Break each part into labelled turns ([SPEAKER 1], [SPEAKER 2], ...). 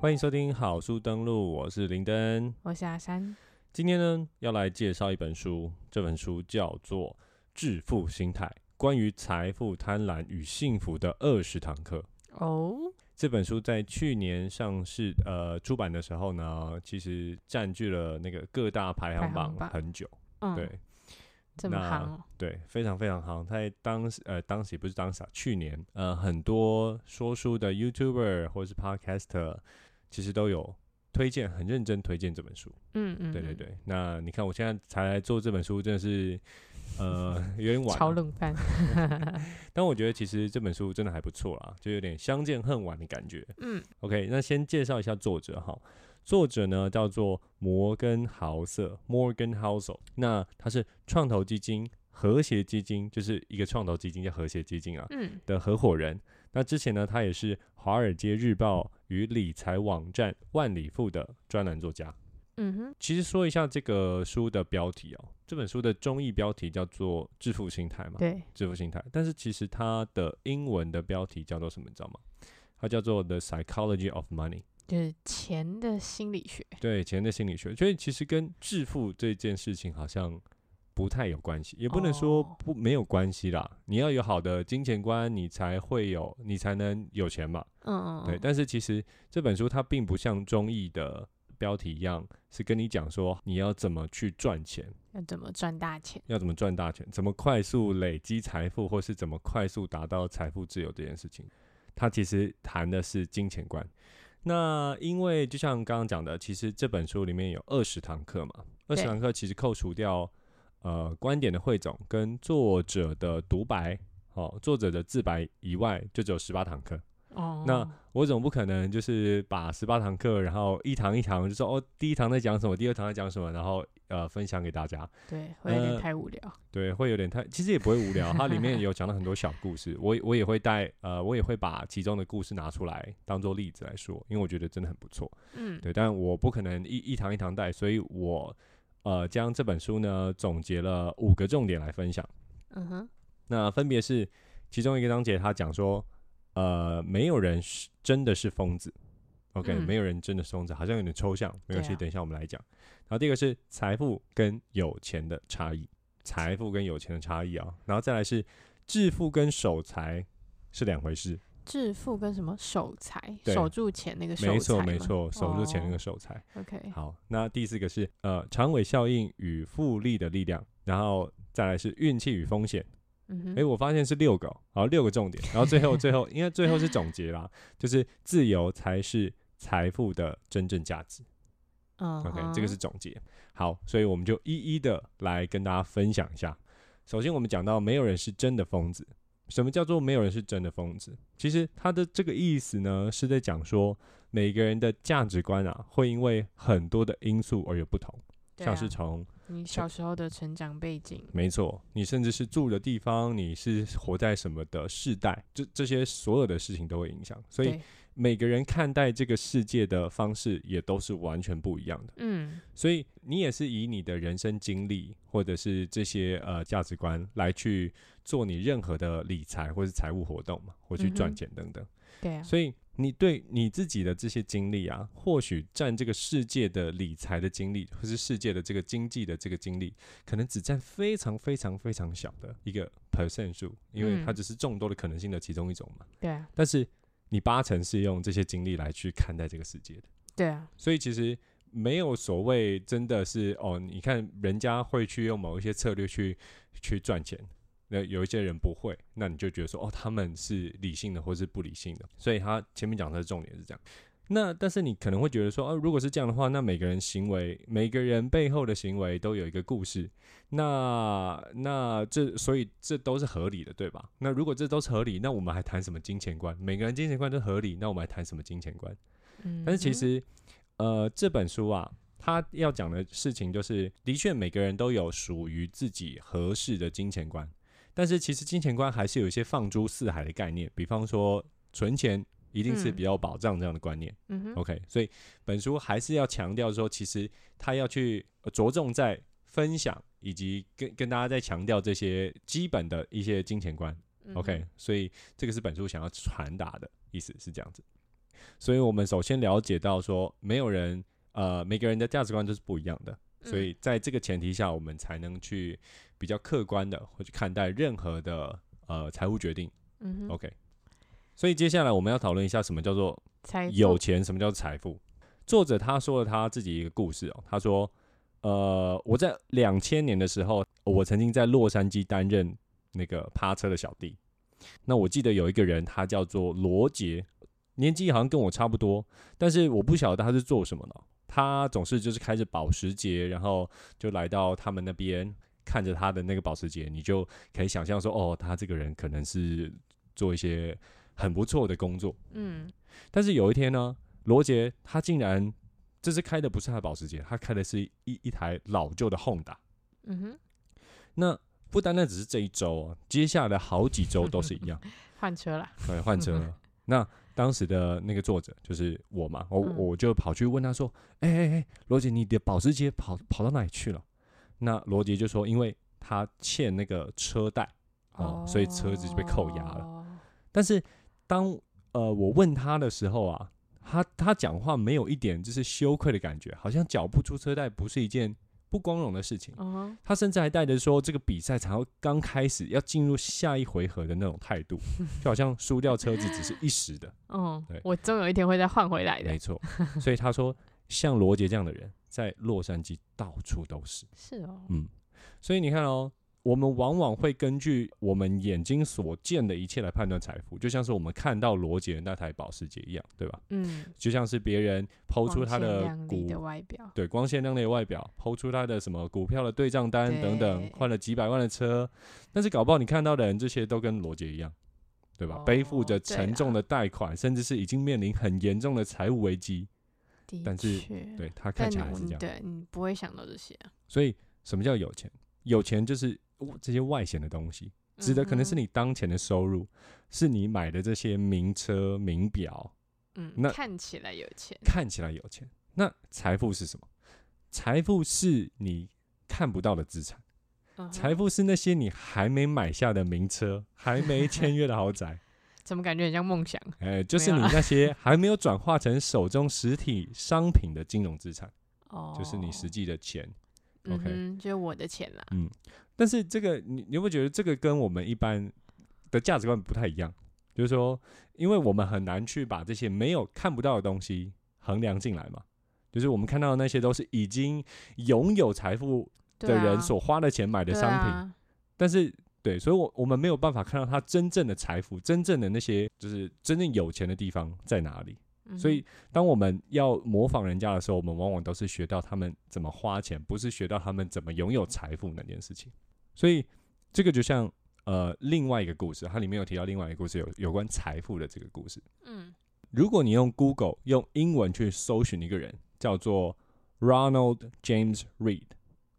[SPEAKER 1] 欢迎收听好书登录，我是林登。
[SPEAKER 2] 我是阿山。
[SPEAKER 1] 今天呢，要来介绍一本书，这本书叫做《致富心态：关于财富、贪婪与幸福的二十堂课》。
[SPEAKER 2] 哦，
[SPEAKER 1] 这本书在去年上市，呃，出版的时候呢，其实占据了那个各大排行
[SPEAKER 2] 排行
[SPEAKER 1] 榜
[SPEAKER 2] 榜
[SPEAKER 1] 很久，
[SPEAKER 2] 嗯，
[SPEAKER 1] 对
[SPEAKER 2] 这么
[SPEAKER 1] 那
[SPEAKER 2] 行哦，
[SPEAKER 1] 对，非常非常夯。在当时，呃，当时也不是当时啊，去年，呃，很多说书的 YouTuber 或是 Podcaster，其实都有推荐，很认真推荐这本书。
[SPEAKER 2] 嗯嗯，
[SPEAKER 1] 对对
[SPEAKER 2] 嗯，
[SPEAKER 1] 对，那你看我现在才来做这本书，真的是呃有点晚
[SPEAKER 2] 炒
[SPEAKER 1] 了，
[SPEAKER 2] 冷 饭，
[SPEAKER 1] 但我觉得其实这本书真的还不错啦，就有点相见恨晚的感觉。
[SPEAKER 2] 嗯
[SPEAKER 1] OK，那先介绍一下作者哈，作者呢叫做摩根豪瑟 （Morgan Housel），那他是创投基金和谐基金，就是一个创投基金叫和谐基金啊
[SPEAKER 2] 嗯
[SPEAKER 1] 的合伙人。那之前呢，他也是《华尔街日报》与理财网站《万里富》的专栏作家。
[SPEAKER 2] 嗯哼，
[SPEAKER 1] 其实说一下这个书的标题哦，这本书的中译标题叫做《致富心态》嘛，《
[SPEAKER 2] 对，
[SPEAKER 1] 致富心态》，但是其实它的英文的标题叫做什么，你知道吗？它叫做《The Psychology of Money》，
[SPEAKER 2] 就是钱的心理学，
[SPEAKER 1] 对钱的心理学，所以其实跟致富这件事情好像不太有关系，也不能说
[SPEAKER 2] 哦
[SPEAKER 1] 不、没有关系啦。你要有好的金钱观，你才会有，你才能有钱嘛。
[SPEAKER 2] 嗯，嗯
[SPEAKER 1] 对，
[SPEAKER 2] 嗯
[SPEAKER 1] 但是其实这本书它并不像中译的标题一样，是跟你讲说你要怎么去赚钱。
[SPEAKER 2] 要怎么赚大钱？
[SPEAKER 1] 要怎么赚大钱，怎么快速累积财富，或是怎么快速达到财富自由这件事情，它其实谈的是金钱观。那因为就像刚刚讲的，其实这本书里面有二十堂课嘛，二
[SPEAKER 2] 对
[SPEAKER 1] 十堂课其实扣除掉呃观点的汇总跟作者的独白，哦，作者的自白以外，就只有十八堂课。
[SPEAKER 2] 哦，
[SPEAKER 1] 那我总不可能就是把十八堂课，然后一堂一堂就说哦，第一堂在讲什么，第二堂在讲什么，然后呃分享给大家。
[SPEAKER 2] 对，会有点
[SPEAKER 1] 呃
[SPEAKER 2] 太无聊，
[SPEAKER 1] 对，会有点太，其实也不会无聊。它里面有讲到很多小故事，我我也会带，呃，我也会把其中的故事拿出来当做例子来说，因为我觉得真的很不错。
[SPEAKER 2] 嗯，
[SPEAKER 1] 对，但我不可能一一堂一堂带，所以我呃将这本书呢总结了五个重点来分享。
[SPEAKER 2] 嗯哼，
[SPEAKER 1] 那分别是其中一个章节，他讲说，呃，没有人是真的是疯子，OK，、
[SPEAKER 2] 嗯
[SPEAKER 1] 没有人真的是疯子，好像有点抽象，没关系，
[SPEAKER 2] 对啊
[SPEAKER 1] 等一下我们来讲。然后第一个是财富跟有钱的差异，财富跟有钱的差异啊，然后再来是致富跟守财是两回事，
[SPEAKER 2] 致富跟什么守财，
[SPEAKER 1] 对
[SPEAKER 2] 守住钱那个守财
[SPEAKER 1] 没错没
[SPEAKER 2] 吗
[SPEAKER 1] 错，守住钱那
[SPEAKER 2] 哦
[SPEAKER 1] 个守财。
[SPEAKER 2] ，OK，
[SPEAKER 1] 好，那第四个是呃长尾效应与复利的力量，然后再来是运气与风险。
[SPEAKER 2] 嗯哼，
[SPEAKER 1] 诶，我发现是六个哦，好，六个重点，然后最后最后，因为最后是总结啦，就是自由才是财富的真正价值。
[SPEAKER 2] 嗯
[SPEAKER 1] OK，、
[SPEAKER 2] 哼
[SPEAKER 1] 这个是总结。好，所以我们就一一的来跟大家分享一下。首先，我们讲到没有人是真的疯子。什么叫做没有人是真的疯子？其实他的这个意思呢，是在讲说每个人的价值观啊，会因为很多的因素而有不同，
[SPEAKER 2] 对
[SPEAKER 1] 像
[SPEAKER 2] 啊
[SPEAKER 1] 是从
[SPEAKER 2] 你小时候的成长背景，
[SPEAKER 1] 没错，你甚至是住的地方，你是活在什么的世代，这这些所有的事情都会影响。所以
[SPEAKER 2] 对，
[SPEAKER 1] 每个人看待这个世界的方式也都是完全不一样的。
[SPEAKER 2] 嗯，
[SPEAKER 1] 所以你也是以你的人生经历，或者是这些呃价值观来去做你任何的理财或是财务活动嘛，或去
[SPEAKER 2] 嗯
[SPEAKER 1] 赚
[SPEAKER 2] 哼
[SPEAKER 1] 钱等等。
[SPEAKER 2] 对啊，
[SPEAKER 1] 所以你对你自己的这些经历啊，或许占这个世界的理财的经历，或是世界的这个经济的这个经历，可能只占非常非常非常小的一个 percent 数，因为它
[SPEAKER 2] 嗯
[SPEAKER 1] 只是众多的可能性的其中一种嘛。
[SPEAKER 2] 对啊，
[SPEAKER 1] 但是你八成是用这些经历来去看待这个世界的，
[SPEAKER 2] 对啊，
[SPEAKER 1] 所以其实。没有所谓，真的是哦。你看，人家会去用某一些策略去去赚钱，那有一些人不会，那你就觉得说，哦，他们是理性的或是不理性的。所以他前面讲的重点是这样。那但是你可能会觉得说，哦，如果是这样的话，那每个人行为，每个人背后的行为都有一个故事，那那这所以这都是合理的，对吧？那如果这都是合理，那我们还谈什么金钱观？每个人金钱观都合理，那我们还谈什么金钱观？
[SPEAKER 2] 嗯哼，
[SPEAKER 1] 但是其实，呃，这本书啊，它要讲的事情就是，的确每个人都有属于自己合适的金钱观，但是其实金钱观还是有一些放诸四海的概念，比方说存钱一定是
[SPEAKER 2] 嗯
[SPEAKER 1] 比较有保障这样的观念。
[SPEAKER 2] 嗯哼，
[SPEAKER 1] OK，所以本书还是要强调说，其实他要去呃着重在分享以及跟跟大家在强调这些基本的一些金钱观。
[SPEAKER 2] 嗯哼
[SPEAKER 1] OK，所以这个是本书想要传达的意思是这样子。所以我们首先了解到说，没有人呃，每个人的价值观都是不一样的，
[SPEAKER 2] 嗯
[SPEAKER 1] 所以在这个前提下，我们才能去比较客观的会去看待任何的呃财务决定。
[SPEAKER 2] 嗯哼，
[SPEAKER 1] OK，所以接下来我们要讨论一下什么叫做
[SPEAKER 2] 才
[SPEAKER 1] 有钱，什么叫财富。作者他说了他自己一个故事哦，他说，呃，我在两千年的时候，我曾经在洛杉矶担任那个趴车的小弟。那我记得有一个人，他叫做罗杰，年纪好像跟我差不多，但是我不晓得他是做什么的。他总是就是开着保时捷，然后就来到他们那边，看着他的那个保时捷，你就可以想象说，哦，他这个人可能是做一些很不错的工作。
[SPEAKER 2] 嗯
[SPEAKER 1] 但是有一天呢，罗杰他竟然这次开的不是他的保时捷，他开的是一一台老旧的 Honda。
[SPEAKER 2] 嗯哼，
[SPEAKER 1] 那不单单只是这一周哦，接下来好几周都是一样，
[SPEAKER 2] 换车啦，
[SPEAKER 1] 对，换车了。那当时的那个作者就是我嘛，我
[SPEAKER 2] 嗯
[SPEAKER 1] 我就跑去问他说：“哎哎哎，罗杰，你的保时捷跑跑到哪里去了？”那罗杰就说：“因为他欠那个车贷哦，所以车子就被扣押了。”
[SPEAKER 2] 了。
[SPEAKER 1] 但是当呃我问他的时候啊，他他讲话没有一点就是羞愧的感觉，好像缴不出车贷不是一件不光荣的事情。
[SPEAKER 2] 嗯哼，
[SPEAKER 1] 他甚至还带着说这个比赛才要刚开始，要进入下一回合的那种态度，就好像输掉车子只是一时的。
[SPEAKER 2] 嗯
[SPEAKER 1] 对，
[SPEAKER 2] 我终有一天会再换回来的
[SPEAKER 1] 没。错，所以他说像罗杰这样的人，在洛杉矶到处都是。
[SPEAKER 2] 是哦，
[SPEAKER 1] 嗯，所以你看哦，我们往往会根据我们眼睛所见的一切来判断财富，就像是我们看到罗杰那台保时捷一样，对吧？
[SPEAKER 2] 嗯，
[SPEAKER 1] 就像是别人抛出
[SPEAKER 2] 光
[SPEAKER 1] 他
[SPEAKER 2] 鲜
[SPEAKER 1] 的
[SPEAKER 2] 亮丽
[SPEAKER 1] 股，
[SPEAKER 2] 的外表，
[SPEAKER 1] 对光鲜亮丽的外表，抛出他的什么股票的对账单等等
[SPEAKER 2] 对，
[SPEAKER 1] 换了几百万的车，但是搞不好你看到的人这些都跟罗杰一样，对吧？背负
[SPEAKER 2] 哦
[SPEAKER 1] 着
[SPEAKER 2] 对
[SPEAKER 1] 沉重
[SPEAKER 2] 啦
[SPEAKER 1] 的贷款，甚至是已经面临很严重的财务危机，
[SPEAKER 2] 的
[SPEAKER 1] 但是
[SPEAKER 2] 确，
[SPEAKER 1] 对他看
[SPEAKER 2] 嗯但
[SPEAKER 1] 起来还是这
[SPEAKER 2] 你
[SPEAKER 1] 样。
[SPEAKER 2] 对你不会想到这些啊，
[SPEAKER 1] 所以什么叫有钱？有钱就是哦这些外显的东西，指的可能是
[SPEAKER 2] 嗯哼，
[SPEAKER 1] 你当前的收入，是你买的这些名车、名表，
[SPEAKER 2] 嗯，
[SPEAKER 1] 那
[SPEAKER 2] 看起来有钱，
[SPEAKER 1] 看起来有钱。那财富是什么？财富是你看不到的资产，
[SPEAKER 2] 嗯哼
[SPEAKER 1] 财富是那些你还没买下的名车，还没签约的豪 宅，
[SPEAKER 2] 怎么感觉很像梦想？
[SPEAKER 1] 哎，就是
[SPEAKER 2] 没
[SPEAKER 1] 你
[SPEAKER 2] 有啦啊
[SPEAKER 1] 那些还没有转化成手中实体商品的金融资产，
[SPEAKER 2] 哦，
[SPEAKER 1] 就是你实际的钱。
[SPEAKER 2] 嗯
[SPEAKER 1] OK
[SPEAKER 2] 哼就是我的钱啦。
[SPEAKER 1] 但是这个你你有没有觉得这个跟我们一般的价值观不太一样？就是说，因为我们很难去把这些没有看不到的东西衡量进来嘛。就是我们看到的那些都是已经拥有财富
[SPEAKER 2] 对
[SPEAKER 1] 的人
[SPEAKER 2] 啊
[SPEAKER 1] 所花的钱买的
[SPEAKER 2] 对
[SPEAKER 1] 商品，
[SPEAKER 2] 啊
[SPEAKER 1] 但是对，所以我我们没有办法看到他真正的财富，真正的那些就是真正有钱的地方在哪里。
[SPEAKER 2] 嗯
[SPEAKER 1] 所以
[SPEAKER 2] 哼
[SPEAKER 1] 当我们要模仿人家的时候，我们往往都是学到他们怎么花钱，不是学到他们怎么拥有财富那件事情。所以这个就像呃另外一个故事，它里面有提到另外一个故事，有有关财富的这个故事。
[SPEAKER 2] 嗯，
[SPEAKER 1] 如果你用 Google 用英文去搜寻一个人，叫做 Ronald James Reed，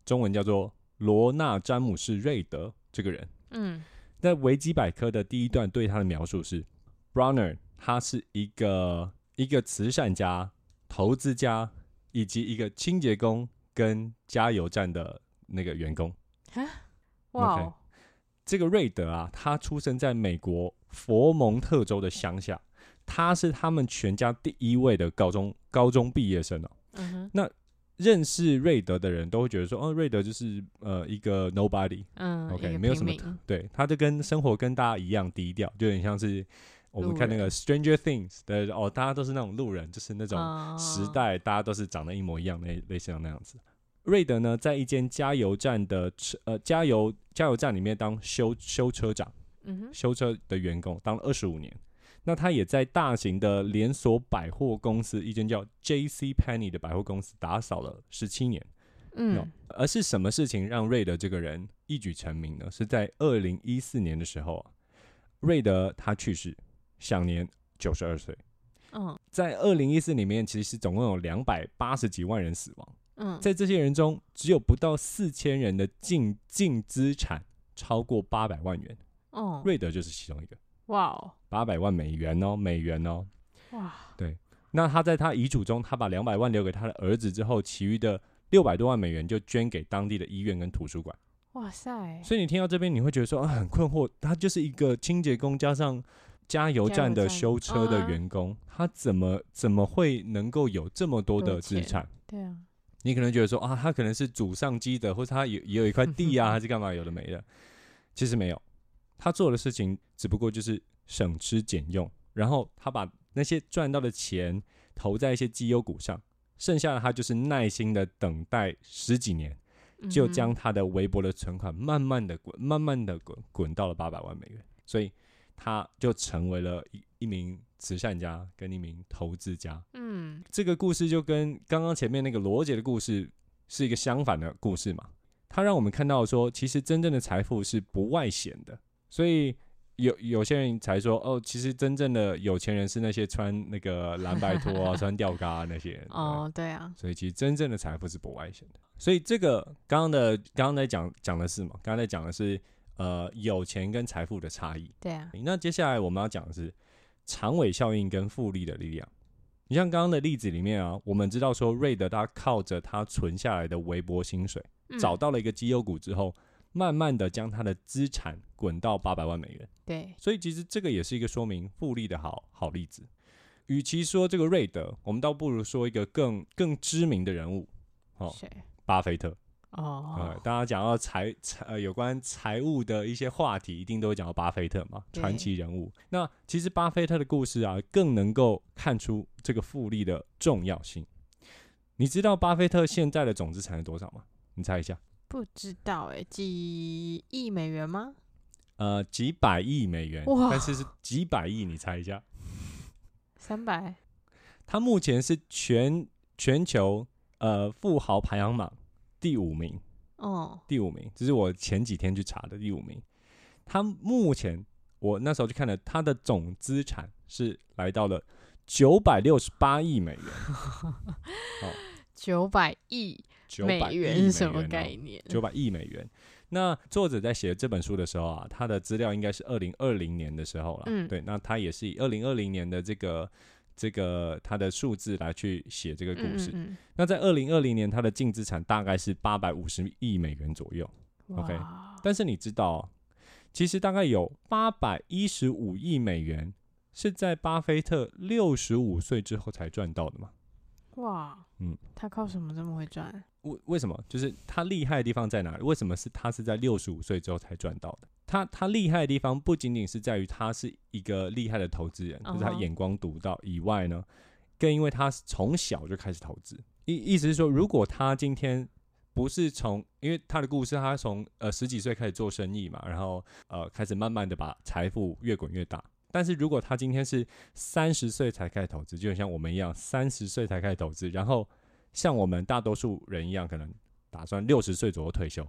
[SPEAKER 1] 中文叫做罗纳詹姆士瑞德这个人，
[SPEAKER 2] 嗯
[SPEAKER 1] 在维基百科的第一段对他的描述是，Browner 他是一个一个慈善家、投资家以及一个清洁工跟加油站的那个员工。
[SPEAKER 2] 哇
[SPEAKER 1] OK
[SPEAKER 2] 哦，
[SPEAKER 1] 这个瑞德啊，他出生在美国佛蒙特州的乡下，他是他们全家第一位的高中高中毕业生哦。
[SPEAKER 2] 嗯哼，
[SPEAKER 1] 认识瑞德的人都会觉得说，哦，瑞德就是呃一个 nobody，
[SPEAKER 2] 嗯
[SPEAKER 1] OK，
[SPEAKER 2] 一个
[SPEAKER 1] 没有什
[SPEAKER 2] 平
[SPEAKER 1] 么
[SPEAKER 2] 民
[SPEAKER 1] 对，他就跟生活跟大家一样低调，就有点像是我们
[SPEAKER 2] 路
[SPEAKER 1] 看那
[SPEAKER 2] 人
[SPEAKER 1] 个《Stranger Things》的哦，大家都是那种路人，就是那种
[SPEAKER 2] 啊
[SPEAKER 1] 时代，大家都是长得一模一样，类类似像那样子。瑞德呢，在一间加油站的车呃加油加油站里面当修修车长，
[SPEAKER 2] 嗯哼，
[SPEAKER 1] 修车的员工，当了二十五年。那他也在大型的连锁百货公司一间叫 J.C. Penney 的百货公司打扫了十七年。哦
[SPEAKER 2] 嗯，
[SPEAKER 1] 而是什么事情让瑞德这个人一举成名呢？是在二零一四年的时候啊，瑞德他去世，享年九十二岁。
[SPEAKER 2] 嗯
[SPEAKER 1] 在二零一四里面，其实总共有两百八十几万人死亡，
[SPEAKER 2] 嗯，
[SPEAKER 1] 在这些人中，只有不到四千人的净净资产超过八百万元，
[SPEAKER 2] 哦，
[SPEAKER 1] 瑞德就是其中一个，
[SPEAKER 2] 哇哦
[SPEAKER 1] 八百万美元哦，美元哦。
[SPEAKER 2] 哇，
[SPEAKER 1] 那他在他遗嘱中，他把两百万留给他的儿子之后，其余的六百多万美元就捐给当地的医院跟图书馆。
[SPEAKER 2] 哇塞，
[SPEAKER 1] 所以你听到这边，你会觉得说啊，很困惑，他就是一个清洁工加上加油
[SPEAKER 2] 加
[SPEAKER 1] 站
[SPEAKER 2] 油
[SPEAKER 1] 的
[SPEAKER 2] 站
[SPEAKER 1] 修车的
[SPEAKER 2] 啊
[SPEAKER 1] 员工，他怎么怎么会能够有这么多
[SPEAKER 2] 多
[SPEAKER 1] 的资
[SPEAKER 2] 钱
[SPEAKER 1] 产？
[SPEAKER 2] 对啊，
[SPEAKER 1] 你可能觉得说啊，他可能是祖上积的，或者他也也有一块地 啊，还是干嘛有的没的。其实没有，他做的事情只不过就是省吃俭用，然后他把那些赚到的钱投在一些绩优股上，剩下的他就是耐心的等待十几年，就
[SPEAKER 2] 嗯哼
[SPEAKER 1] 将他的微薄的存款慢慢的滚，慢慢的滚滚到了八百万美元，所以他就成为了一一名慈善家跟一名投资家。
[SPEAKER 2] 嗯
[SPEAKER 1] 这个故事就跟刚刚前面那个罗姐的故事是一个相反的故事嘛。它让我们看到说，其实真正的财富是不外显的，所以有有些人才说哦，其实真正的有钱人是那些穿那个蓝白拖啊、穿吊嘎、啊、那些人。
[SPEAKER 2] 哦对啊，
[SPEAKER 1] 所以其实真正的财富是不外显的。所以这个刚刚的刚刚在讲讲的是嘛，刚刚在讲的是呃有钱跟财富的差异。
[SPEAKER 2] 对啊，
[SPEAKER 1] 那接下来我们要讲的是长尾效应跟复利的力量。你像刚刚的例子里面啊，我们知道说瑞德他靠着他存下来的微薄薪水，
[SPEAKER 2] 嗯
[SPEAKER 1] 找到了一个绩优股之后，慢慢的将他的资产滚到八百万美元。
[SPEAKER 2] 对
[SPEAKER 1] 所以其实这个也是一个说明复利的好好例子。与其说这个瑞德，我们倒不如说一个更更知名的人物，哦
[SPEAKER 2] 谁
[SPEAKER 1] 巴菲特。呃
[SPEAKER 2] 哦，
[SPEAKER 1] 大家讲到财财呃有关财务的一些话题，一定都会讲到巴菲特嘛，
[SPEAKER 2] 对
[SPEAKER 1] 传奇人物。那其实巴菲特的故事啊，更能够看出这个复利的重要性。你知道巴菲特现在的总资产是多少吗？你猜一下，
[SPEAKER 2] 不知道哎，几亿美元吗？
[SPEAKER 1] 呃，几百亿美元，
[SPEAKER 2] 哇
[SPEAKER 1] 但是是几百亿，你猜一下。
[SPEAKER 2] 三百
[SPEAKER 1] 他目前是全全球呃富豪排行榜第五名，
[SPEAKER 2] 哦，
[SPEAKER 1] 第五名，这是我前几天去查的第五名。他目前我那时候去看了，他的总资产是来到了九百六十八亿 美元，
[SPEAKER 2] 九百亿
[SPEAKER 1] 九
[SPEAKER 2] 美
[SPEAKER 1] 百
[SPEAKER 2] 元是什么概念？
[SPEAKER 1] 哦九百亿美元。那作者在写这本书的时候啊，他的资料应该是二零二零年的时候了。
[SPEAKER 2] 嗯
[SPEAKER 1] 对，那他也是以二零二零年的这个这个他的数字来去写这个故事。
[SPEAKER 2] 嗯嗯
[SPEAKER 1] 那在二零二零年，他的净资产大概是八百五十亿美元左右。
[SPEAKER 2] 嗯
[SPEAKER 1] OK
[SPEAKER 2] 哇
[SPEAKER 1] 但是你知道哦，其实大概有八百一十五亿美元是在巴菲特六十五岁之后才赚到的嘛？
[SPEAKER 2] 哇，
[SPEAKER 1] 嗯
[SPEAKER 2] 嗯，他靠什么这么会赚？
[SPEAKER 1] 为为什么？就是他厉害的地方在哪里？为什么是他是在六十五岁之后才赚到的？他他厉害的地方不仅仅是在于他是一个厉害的投资人，就是他
[SPEAKER 2] 嗯哼
[SPEAKER 1] 眼光独到以外呢，更因为他是从小就开始投资。意意思是说，如果他今天不是从，因为他的故事，他从呃十几岁开始做生意嘛，然后呃开始慢慢的把财富越滚越大。但是如果他今天是三十岁才开始投资，就很像我们一样，三十岁才开始投资，然后像我们大多数人一样，可能打算六十岁左右退休，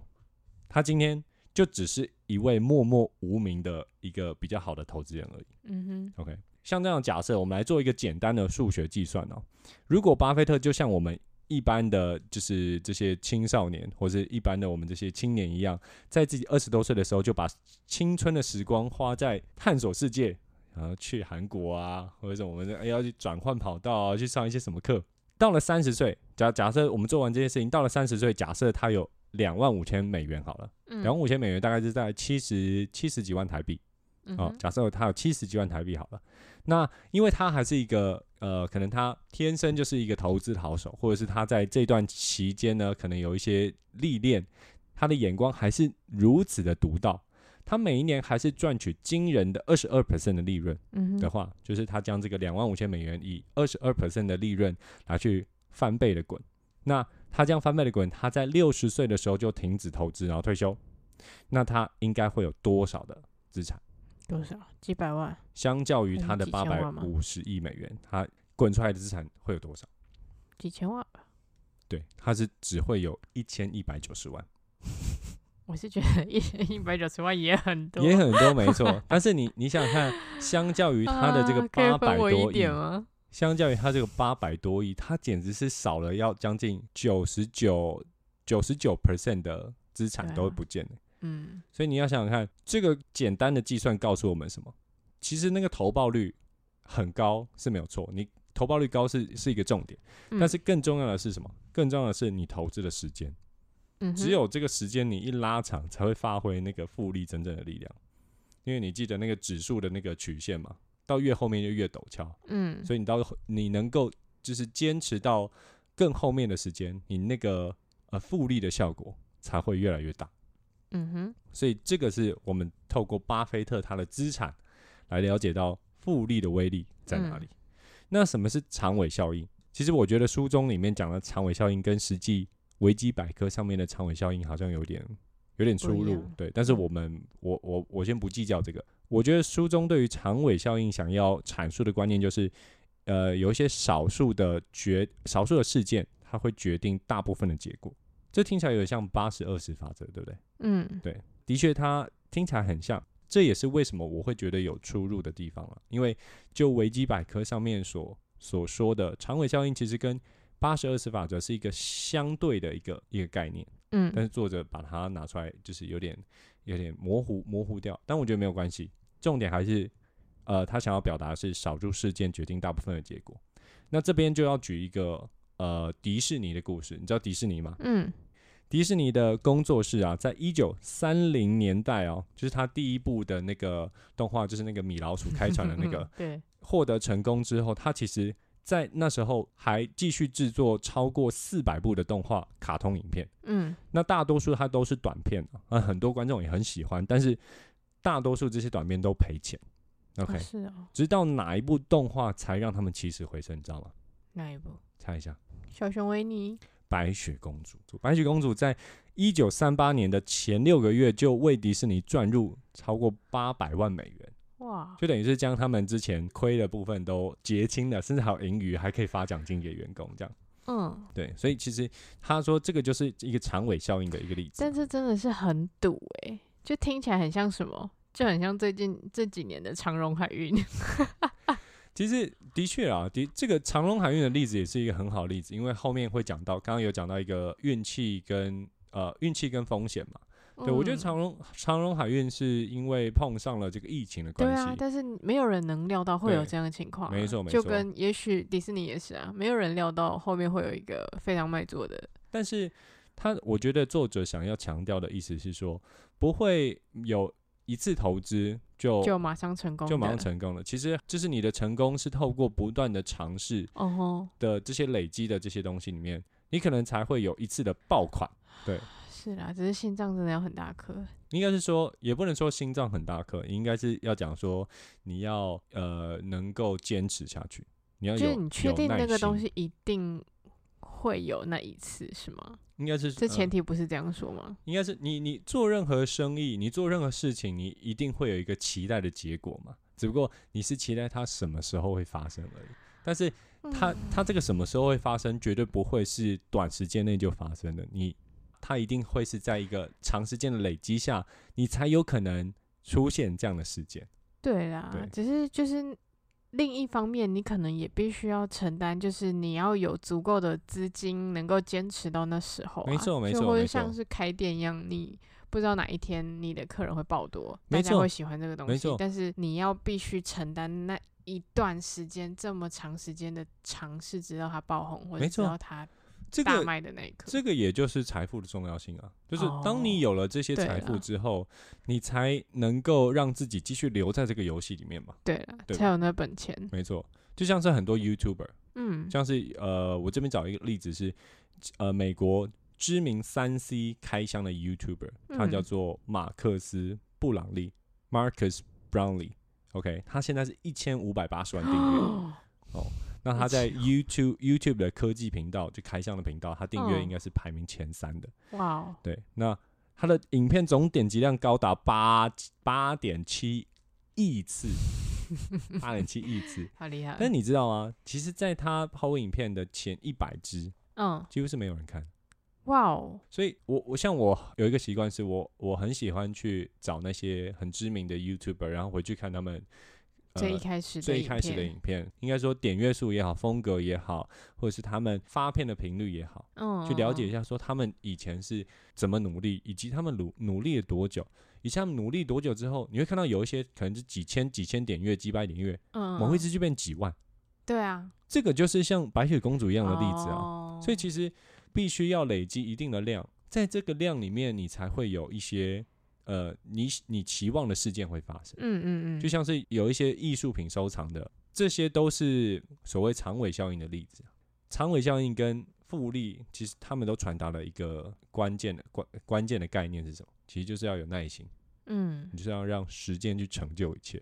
[SPEAKER 1] 他今天就只是一位默默无名的一个比较好的投资人而已。
[SPEAKER 2] 嗯
[SPEAKER 1] OK，像这样的假设，我们来做一个简单的数学计算哦。如果巴菲特就像我们一般的，就是这些青少年或是一般的我们这些青年一样，在自己二十多岁的时候，就把青春的时光花在探索世界，然后去韩国啊，或者是我们哎要去转换跑道啊，去上一些什么课。到了三十岁，假假设我们做完这些事情，到了三十岁，假设他有两万五千美元好了，
[SPEAKER 2] 哼，
[SPEAKER 1] 两万五千美元大概是在七十七十几万台币。
[SPEAKER 2] 嗯
[SPEAKER 1] 哦
[SPEAKER 2] 哼，
[SPEAKER 1] 假设他有七十几万台币好了，那因为他还是一个呃，可能他天生就是一个投资好手，或者是他在这段期间呢，可能有一些历练，他的眼光还是如此的独到。他每一年还是赚取惊人的二十二 percent 的利润
[SPEAKER 2] 嗯
[SPEAKER 1] 的
[SPEAKER 2] 哼，
[SPEAKER 1] 话，就是他将这个两万五千美元以二十二 percent 的利润拿去翻倍的滚。那他这样翻倍的滚，他在六十岁的时候就停止投资，然后退休，那他应该会有多少的资产？
[SPEAKER 2] 多少几百万？
[SPEAKER 1] 相较于他的
[SPEAKER 2] 嗯几
[SPEAKER 1] 八
[SPEAKER 2] 千
[SPEAKER 1] 百
[SPEAKER 2] 万吗
[SPEAKER 1] 五十亿美元，他滚出来的资产会有多少？
[SPEAKER 2] 几千万吧？
[SPEAKER 1] 对，他是只会有一千一百九十万，
[SPEAKER 2] 我是觉得一千一百九十万也很多，
[SPEAKER 1] 也很多，没错。但是你你想想看，相较于他的这个
[SPEAKER 2] 啊可以
[SPEAKER 1] 八
[SPEAKER 2] 分
[SPEAKER 1] 百
[SPEAKER 2] 我
[SPEAKER 1] 多
[SPEAKER 2] 一
[SPEAKER 1] 亿，
[SPEAKER 2] 点哦啊吗？
[SPEAKER 1] 相较于他这个八百多亿，他简直是少了要将近九十九九十九 percent 的资产
[SPEAKER 2] 对啊
[SPEAKER 1] 都不见了。
[SPEAKER 2] 嗯，
[SPEAKER 1] 所以你要想想看，这个简单的计算告诉我们什么？其实那个投报率很高是没有错，你投报率高是是一个重点。
[SPEAKER 2] 嗯
[SPEAKER 1] 但是更重要的是什么？更重要的是你投资的时间，
[SPEAKER 2] 嗯哼
[SPEAKER 1] 只有这个时间你一拉长，才会发挥那个复利真正的力量。因为你记得那个指数的那个曲线嘛，到越后面就越陡峭。
[SPEAKER 2] 嗯，
[SPEAKER 1] 所以你到后你能够就是坚持到更后面的时间，你那个呃复利的效果才会越来越大。
[SPEAKER 2] 嗯哼，
[SPEAKER 1] 所以这个是我们透过巴菲特他的资产来了解到复利的威力在哪里。
[SPEAKER 2] 嗯
[SPEAKER 1] 那什么是长尾效应？其实我觉得书中里面讲的长尾效应跟实际维基百科上面的长尾效应好像有点有点出
[SPEAKER 2] 不一
[SPEAKER 1] 入
[SPEAKER 2] 样，
[SPEAKER 1] 对。但是
[SPEAKER 2] 嗯
[SPEAKER 1] 我们我我我先不计较这个。我觉得书中对于长尾效应想要阐述的观念就是，呃，有一些少数的决少数的事件，它会决定大部分的结果。这听起来有点像八十二十法则，对不对？
[SPEAKER 2] 嗯
[SPEAKER 1] 对的确，它听起来很像，这也是为什么我会觉得有出入的地方了。因为就维基百科上面所所说的长尾效应，其实跟八十二十法则是一个相对的一个一个概念，
[SPEAKER 2] 嗯
[SPEAKER 1] 但是作者把它拿出来，就是有点有点模糊模糊掉，但我觉得没有关系，重点还是呃，他想要表达的是少数事件决定大部分的结果。那这边就要举一个呃迪士尼的故事，你知道迪士尼吗？
[SPEAKER 2] 嗯
[SPEAKER 1] 迪士尼的工作室啊，在一九三零年代哦，就是他第一部的那个动画，就是那个米老鼠开船的那个
[SPEAKER 2] 嗯，对，
[SPEAKER 1] 获得成功之后，他其实在那时候还继续制作超过四百部的动画卡通影片。
[SPEAKER 2] 嗯
[SPEAKER 1] 那大多数它都是短片啊，啊很多观众也很喜欢，但是大多数这些短片都赔钱。
[SPEAKER 2] 哦
[SPEAKER 1] OK，、
[SPEAKER 2] 是哦，
[SPEAKER 1] 直到哪一部动画才让他们起死回生，你知道吗？
[SPEAKER 2] 哪一部？
[SPEAKER 1] 猜一下。
[SPEAKER 2] 小熊维尼，
[SPEAKER 1] 白雪公主。白雪公主在一九三八年的前六个月就为迪士尼赚入超过八百万美元，
[SPEAKER 2] 哇，
[SPEAKER 1] 就等于是将他们之前亏的部分都结清了，甚至还有盈余，还可以发奖金给员工这样。
[SPEAKER 2] 嗯，
[SPEAKER 1] 对，所以其实他说这个就是一个长尾效应的一个例子
[SPEAKER 2] 但。这真的是很堵哎、就听起来很像什么，就很像最近这几年的长荣海运，
[SPEAKER 1] 其实的确啊，的这个长隆海运的例子也是一个很好的例子，因为后面会讲到，刚刚有讲到一个运气跟呃运气跟风险嘛。对，我觉得
[SPEAKER 2] 嗯
[SPEAKER 1] 长隆长隆海运是因为碰上了这个疫情的
[SPEAKER 2] 对
[SPEAKER 1] 关系，
[SPEAKER 2] 啊，但是没有人能料到会有
[SPEAKER 1] 对
[SPEAKER 2] 这样的情况啊、
[SPEAKER 1] 没错没
[SPEAKER 2] 就
[SPEAKER 1] 错
[SPEAKER 2] 跟也许迪士尼也是啊，没有人料到后面会有一个非常卖座的，
[SPEAKER 1] 但是他我觉得作者想要强调的意思是说，不会有一次投资就
[SPEAKER 2] 就马上成功，
[SPEAKER 1] 哦就马上，成功了。其实就是你的成功是透过不断的尝试
[SPEAKER 2] 哦吼，
[SPEAKER 1] 的这些累积的这些东西里面，你可能才会有一次的爆款。
[SPEAKER 2] 是啦，只是心脏真的要很大颗，
[SPEAKER 1] 应该是说，也不能说心脏很大颗，应该是要讲说你要呃能够坚持下去，你要
[SPEAKER 2] 就
[SPEAKER 1] 有
[SPEAKER 2] 是你确定那个东，
[SPEAKER 1] 有耐心
[SPEAKER 2] 西一定会有那一次是吗？
[SPEAKER 1] 应该是
[SPEAKER 2] 这
[SPEAKER 1] 呃
[SPEAKER 2] 前提不是这样说吗？
[SPEAKER 1] 应该是你你做任何生意，你做任何事情，你一定会有一个期待的结果嘛。只不过你是期待它什么时候会发生而已。但是
[SPEAKER 2] 嗯
[SPEAKER 1] 它它这个什么时候会发生，绝对不会是短时间内就发生的。你它一定会是在一个长时间的累积下，你才有可能出现这样的事件。
[SPEAKER 2] 对啦，
[SPEAKER 1] 对
[SPEAKER 2] 只是就是另一方面，你可能也必须要承担，就是你要有足够的资金能够坚持到那时候啊、
[SPEAKER 1] 没错没
[SPEAKER 2] 就
[SPEAKER 1] 错
[SPEAKER 2] 或者
[SPEAKER 1] 没
[SPEAKER 2] 像
[SPEAKER 1] 错
[SPEAKER 2] 是开店一样，你不知道哪一天你的客人会爆多，
[SPEAKER 1] 没
[SPEAKER 2] 大家
[SPEAKER 1] 错
[SPEAKER 2] 会喜欢这个东
[SPEAKER 1] 没
[SPEAKER 2] 西
[SPEAKER 1] 错，
[SPEAKER 2] 但是你要必须承担那一段时间这么长时间的尝试，直到它爆红，或者
[SPEAKER 1] 没
[SPEAKER 2] 直
[SPEAKER 1] 错
[SPEAKER 2] 到它
[SPEAKER 1] 这
[SPEAKER 2] 大
[SPEAKER 1] 个
[SPEAKER 2] 卖的那一刻。
[SPEAKER 1] 这个也就是财富的重要性啊，就是当
[SPEAKER 2] 哦
[SPEAKER 1] 你有了这些
[SPEAKER 2] 对
[SPEAKER 1] 财
[SPEAKER 2] 啦
[SPEAKER 1] 富之后，你才能够让自己继续留在这个游戏里面嘛。
[SPEAKER 2] 对了，
[SPEAKER 1] 对
[SPEAKER 2] 才
[SPEAKER 1] 吧
[SPEAKER 2] 有那本钱。
[SPEAKER 1] 没错，就像是很多 YouTuber，
[SPEAKER 2] 嗯，
[SPEAKER 1] 像是呃，我这边找一个例子是，呃，美国知名三 C 开箱的 YouTuber，他
[SPEAKER 2] 嗯
[SPEAKER 1] 叫做马克思·布朗利 （Marcus Brownlee）。OK，他现在是一千五百八十万订
[SPEAKER 2] 哦
[SPEAKER 1] 阅。那他在 YouTube YouTube 的科技频道，就开箱的频道，他订阅
[SPEAKER 2] 嗯
[SPEAKER 1] 应该是排名前三的。
[SPEAKER 2] 哇哦，
[SPEAKER 1] 对，那他的影片总点击量高达八八点七亿次，八点七亿次。
[SPEAKER 2] 好厉害！
[SPEAKER 1] 但你知道吗？其实，在他抛影片的前一百支，
[SPEAKER 2] 嗯，
[SPEAKER 1] 几乎是没有人看。
[SPEAKER 2] 哇哦，
[SPEAKER 1] 所以我，我像我有一个习惯，是我我很喜欢去找那些很知名的 YouTuber，然后回去看他们、呃、
[SPEAKER 2] 最一开始的
[SPEAKER 1] 最一
[SPEAKER 2] 影
[SPEAKER 1] 开始的
[SPEAKER 2] 片
[SPEAKER 1] 影片，应该说点阅数也好，风格也好，或者是他们发片的频率也好，
[SPEAKER 2] 嗯，
[SPEAKER 1] 去了解一下，说他们以前是怎么努力，以及他们努努力了多久。以及他们努力多久之后，你会看到有一些可能是几千、几千点阅、几百点阅，
[SPEAKER 2] 嗯，
[SPEAKER 1] 某一支就变几万。
[SPEAKER 2] 对啊
[SPEAKER 1] 这个就是像白雪公主一
[SPEAKER 2] 这
[SPEAKER 1] 样的例子啊。
[SPEAKER 2] 啊
[SPEAKER 1] 所以其实必须要累积一定的量，在这个量里面，你才会有一些呃，你你期望的事件会发生。
[SPEAKER 2] 嗯嗯嗯，
[SPEAKER 1] 就像是有一些艺术品收藏的，这些都是所谓长尾效应的例子。啊长尾效应跟复利，其实他们都传达了一个关键的关关键的概念是什么？其实就是要有耐心，
[SPEAKER 2] 嗯
[SPEAKER 1] 你，就是要让时间去成就一切。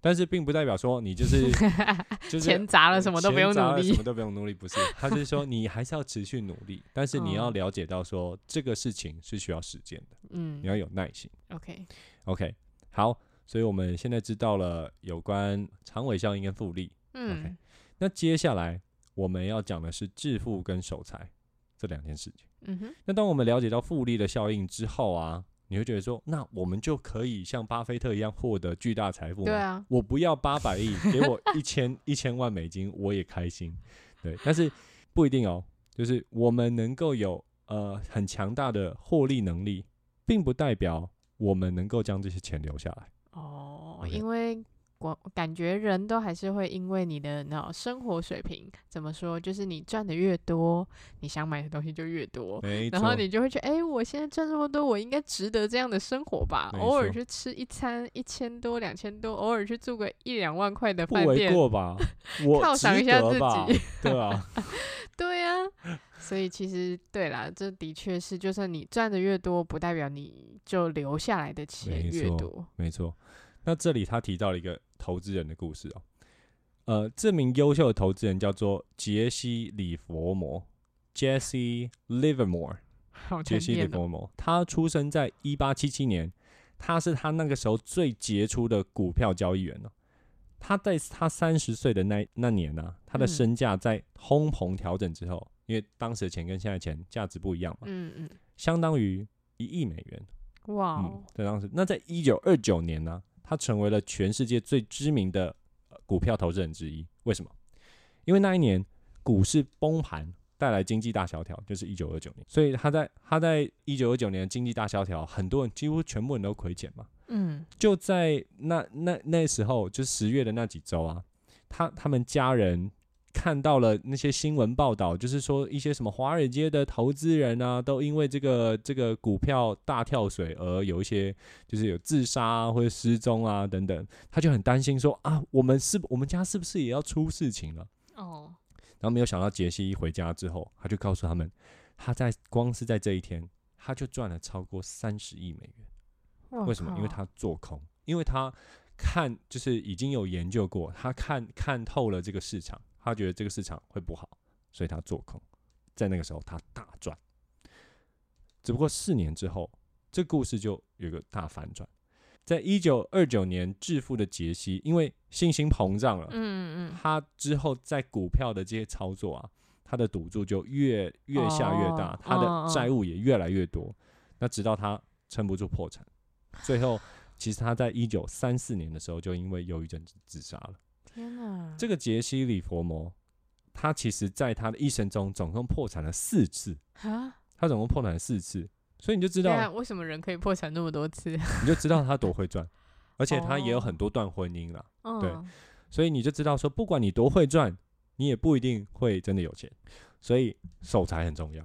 [SPEAKER 1] 但是并不代表说你 就是 就是
[SPEAKER 2] 钱砸了什么都不用
[SPEAKER 1] 钱砸
[SPEAKER 2] 努
[SPEAKER 1] 了
[SPEAKER 2] 力
[SPEAKER 1] 什么，都不用努力，不是？他是说你还是要持续努力，但是你要
[SPEAKER 2] 嗯
[SPEAKER 1] 了解到说这个事情是需要时间的，
[SPEAKER 2] 嗯
[SPEAKER 1] 你要有耐心。
[SPEAKER 2] ，OK，
[SPEAKER 1] OK，好，所以我们现在知道了有关长尾效应跟复利。
[SPEAKER 2] 嗯
[SPEAKER 1] 那接下来我们要讲的是致富跟守财这两件事情。
[SPEAKER 2] 嗯哼，
[SPEAKER 1] 那当我们了解到复利的效应之后啊，你会觉得说，那我们就可以像巴菲特一样获得巨大财富吗？
[SPEAKER 2] 对啊，
[SPEAKER 1] 我不要八百 亿，给我一千一千万美金，我也开心。对，但是不一定哦，就是我们能够有呃很强大的获利能力，并不代表我们能够将这些钱留下来。
[SPEAKER 2] 哦，
[SPEAKER 1] OK
[SPEAKER 2] 因为我感觉人都还是会因为你的那种生活水平，怎么说，就是你赚的越多，你想买的东西就越多。
[SPEAKER 1] 没
[SPEAKER 2] 哦然后你就会觉得，哎、我现在赚这么多，我应该值得这样的生活吧？
[SPEAKER 1] 没
[SPEAKER 2] 偶尔
[SPEAKER 1] 错
[SPEAKER 2] 去吃一餐一千多、两千多，偶尔去住个一两万块的
[SPEAKER 1] 不
[SPEAKER 2] 饭
[SPEAKER 1] 为
[SPEAKER 2] 店，
[SPEAKER 1] 过吧？我
[SPEAKER 2] 犒
[SPEAKER 1] 值
[SPEAKER 2] 赏一下自
[SPEAKER 1] 得
[SPEAKER 2] 己
[SPEAKER 1] 吧？ 对啊，
[SPEAKER 2] 对呀、所以其实对啦，这的确是，就算你赚的越多，不代表你就留下来的钱
[SPEAKER 1] 没
[SPEAKER 2] 越
[SPEAKER 1] 错
[SPEAKER 2] 多。
[SPEAKER 1] 没错。那这里他提到了一个投资人的故事哦，呃，这名优秀的投资人叫做杰西·里佛摩 （Jesse Livermore）。
[SPEAKER 2] 好
[SPEAKER 1] 杰
[SPEAKER 2] 难
[SPEAKER 1] 西·里
[SPEAKER 2] 念哦。
[SPEAKER 1] 佛摩，他出生在一八七七年，他是他那个时候最杰出的股票交易员了、他在他三十岁的那那年呢、他的
[SPEAKER 2] 嗯
[SPEAKER 1] 身价在通膨调整之后，因为当时的钱跟现在钱价值不一样嘛，
[SPEAKER 2] 嗯嗯，
[SPEAKER 1] 相当于一亿美元。
[SPEAKER 2] 哇
[SPEAKER 1] 嗯
[SPEAKER 2] 哦，，
[SPEAKER 1] 在当时，那在一九二九年呢、他成为了全世界最知名的、呃股票投资人之一。为什么？因为那一年股市崩盘带来经济大萧条，就是一九二九年，所以他在他在一九二九年的经济大萧条，很多人几乎全部人都亏钱嘛。
[SPEAKER 2] 嗯
[SPEAKER 1] 就在那那那时候，就十月的那几周啊，他他们家人看到了那些新闻报道，就是说一些什么华尔街的投资人啊，都因为这个这个股票大跳水而有一些就是有自杀啊或者失踪啊等等，他就很担心说啊，我们是我们家是不是也要出事情了？
[SPEAKER 2] 哦，
[SPEAKER 1] 然后没有想到杰西一回家之后，他就告诉他们，他在光是在这一天，他就赚了超过三十亿美元。
[SPEAKER 2] 哇
[SPEAKER 1] 为什么？因为
[SPEAKER 2] 靠
[SPEAKER 1] 他做空，因为他看就是已经有研究过，他看看透了这个市场，他觉得这个市场会不好，所以他做空。在那个时候，他大赚。只不过四年之后，这故事就有一个大反转。在一九二九年致富的杰西，因为信心膨胀了，
[SPEAKER 2] 嗯嗯
[SPEAKER 1] 他之后在股票的这些操作啊，他的赌注就越越下越大，
[SPEAKER 2] 哦
[SPEAKER 1] 他
[SPEAKER 2] 嗯嗯
[SPEAKER 1] 的债务也越来越多。那直到他撑不住破产，最后其实他在一九三四年的时候就因为忧郁症自杀了。
[SPEAKER 2] 天哪，
[SPEAKER 1] 这个杰西·里佛摩，他其实在他的一生中总共破产了四次，
[SPEAKER 2] 啊，
[SPEAKER 1] 他总共破产了四次，所以你就知
[SPEAKER 2] 对啊，
[SPEAKER 1] 道，
[SPEAKER 2] 为什么人可以破产那么多次？
[SPEAKER 1] 你就知道他多会赚，而且他也有
[SPEAKER 2] 哦
[SPEAKER 1] 很多段婚姻啦。
[SPEAKER 2] 嗯，
[SPEAKER 1] 对所以你就知道说，不管你多会赚，你也不一定会真的有钱。所以守财很重要，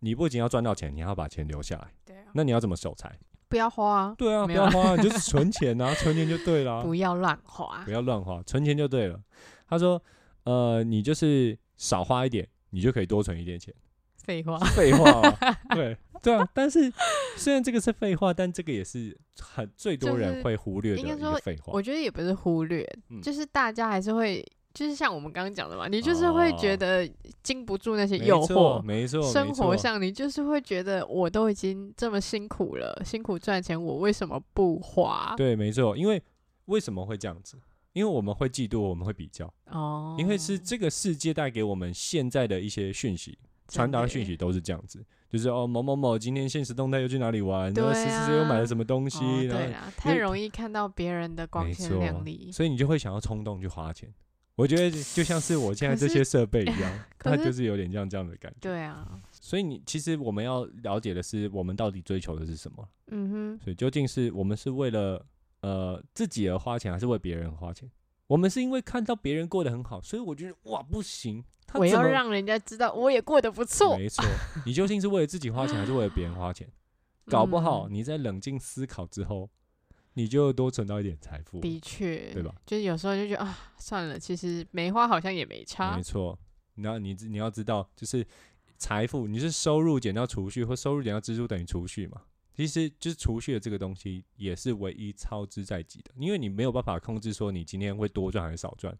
[SPEAKER 1] 你不仅要赚到钱，你还要把钱留下来。
[SPEAKER 2] 对啊，
[SPEAKER 1] 那你要怎么守财？
[SPEAKER 2] 不要花啊，
[SPEAKER 1] 对啊，不
[SPEAKER 2] 没有
[SPEAKER 1] 要 花啊，你就是存钱啊，存钱就对啦，
[SPEAKER 2] 不要乱花
[SPEAKER 1] 不。要乱花，存钱就对了。他说，呃，你就是少花一点，你就可以多存一点钱。
[SPEAKER 2] 废话，
[SPEAKER 1] 废话啊、 对对啊。但是虽然这个是废话，但这个也是很最多
[SPEAKER 2] 就是
[SPEAKER 1] 人会忽略的
[SPEAKER 2] 应该
[SPEAKER 1] 一
[SPEAKER 2] 说
[SPEAKER 1] 个废话。
[SPEAKER 2] 我觉得也不是忽略，
[SPEAKER 1] 嗯
[SPEAKER 2] 就是大家还是会，就是像我们刚刚讲的嘛，你就是会觉得经不住那些诱
[SPEAKER 1] 哦没
[SPEAKER 2] 惑
[SPEAKER 1] 错，，没错，
[SPEAKER 2] 生
[SPEAKER 1] 没
[SPEAKER 2] 活
[SPEAKER 1] 错
[SPEAKER 2] 上，你就是会觉得我都已经这么辛苦了，辛苦赚钱，我为什么不花？
[SPEAKER 1] 对，没错，因为为什么会这样子？因为我们会嫉妒，我们会比较，
[SPEAKER 2] 哦，
[SPEAKER 1] 因为是这个世界带给我们现在的一些讯息，传达的讯息都是这样子，就是哦某某某今天现实动态又去哪里玩，然后
[SPEAKER 2] 对
[SPEAKER 1] 谁谁谁又买了
[SPEAKER 2] 啊
[SPEAKER 1] 什么东
[SPEAKER 2] 东
[SPEAKER 1] 西，
[SPEAKER 2] 对
[SPEAKER 1] 然后
[SPEAKER 2] 啦，太
[SPEAKER 1] 因为
[SPEAKER 2] 容易看到别人的光
[SPEAKER 1] 没
[SPEAKER 2] 鲜
[SPEAKER 1] 错
[SPEAKER 2] 亮丽。
[SPEAKER 1] 所以你就会想要冲动去花钱。我觉得就像是我现在
[SPEAKER 2] 可
[SPEAKER 1] 这
[SPEAKER 2] 是
[SPEAKER 1] 些设备一 样，
[SPEAKER 2] 可
[SPEAKER 1] 它
[SPEAKER 2] 是
[SPEAKER 1] 就是有点像这样的感觉。
[SPEAKER 2] 对啊，
[SPEAKER 1] 所以你其实我们要了解的是，我们到底追求的是什么？
[SPEAKER 2] 嗯
[SPEAKER 1] 所以究竟是我们是为了呃自己而花钱，还是为别人而花钱？我们是因为看到别人过得很好，所以我觉得哇不行，他
[SPEAKER 2] 哼，我
[SPEAKER 1] 怎
[SPEAKER 2] 要
[SPEAKER 1] 么
[SPEAKER 2] 让人家知道我也过得不错。
[SPEAKER 1] 没错，你究竟是为了自己花钱，还是为了别人花钱？搞不好
[SPEAKER 2] 嗯
[SPEAKER 1] 你在冷静思考之后，你就多存到一点财富。
[SPEAKER 2] 的确，
[SPEAKER 1] 对吧？
[SPEAKER 2] 就是有时候就觉得啊，算了，其实梅花好像也没差
[SPEAKER 1] 没，错，那你知你要知道，就是财富，你是收入减掉储蓄，或收入减掉支出等于储蓄嘛。其实就是储蓄的这个东西也是唯一超支在即的，因为你没有办法控制说你今天会多赚还是少赚，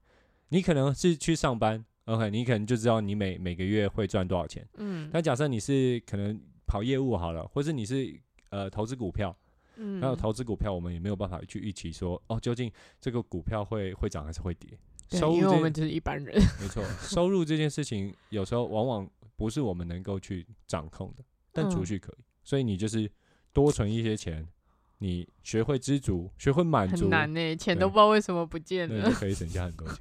[SPEAKER 1] 你可能是去上班，OK，你可能就知道你每每个月会赚多少钱。
[SPEAKER 2] 嗯
[SPEAKER 1] 那假设你是可能跑业务好了，或是你是呃投资股票，
[SPEAKER 2] 嗯，
[SPEAKER 1] 那投资股票我们也没有办法去预期说哦，究竟这个股票会会涨还是会跌。
[SPEAKER 2] 对
[SPEAKER 1] 收入
[SPEAKER 2] 因为
[SPEAKER 1] 这
[SPEAKER 2] 我们就是一般人，
[SPEAKER 1] 没错，收入这件事情有时候往往不是我们能够去掌控的，但储
[SPEAKER 2] 嗯
[SPEAKER 1] 蓄可以。所以你就是多存一些钱，你学会知足，学会满足，
[SPEAKER 2] 很难呢、欸钱
[SPEAKER 1] 对
[SPEAKER 2] 都不知道为什么不见
[SPEAKER 1] 那你就
[SPEAKER 2] 了。
[SPEAKER 1] 可以省下很多钱。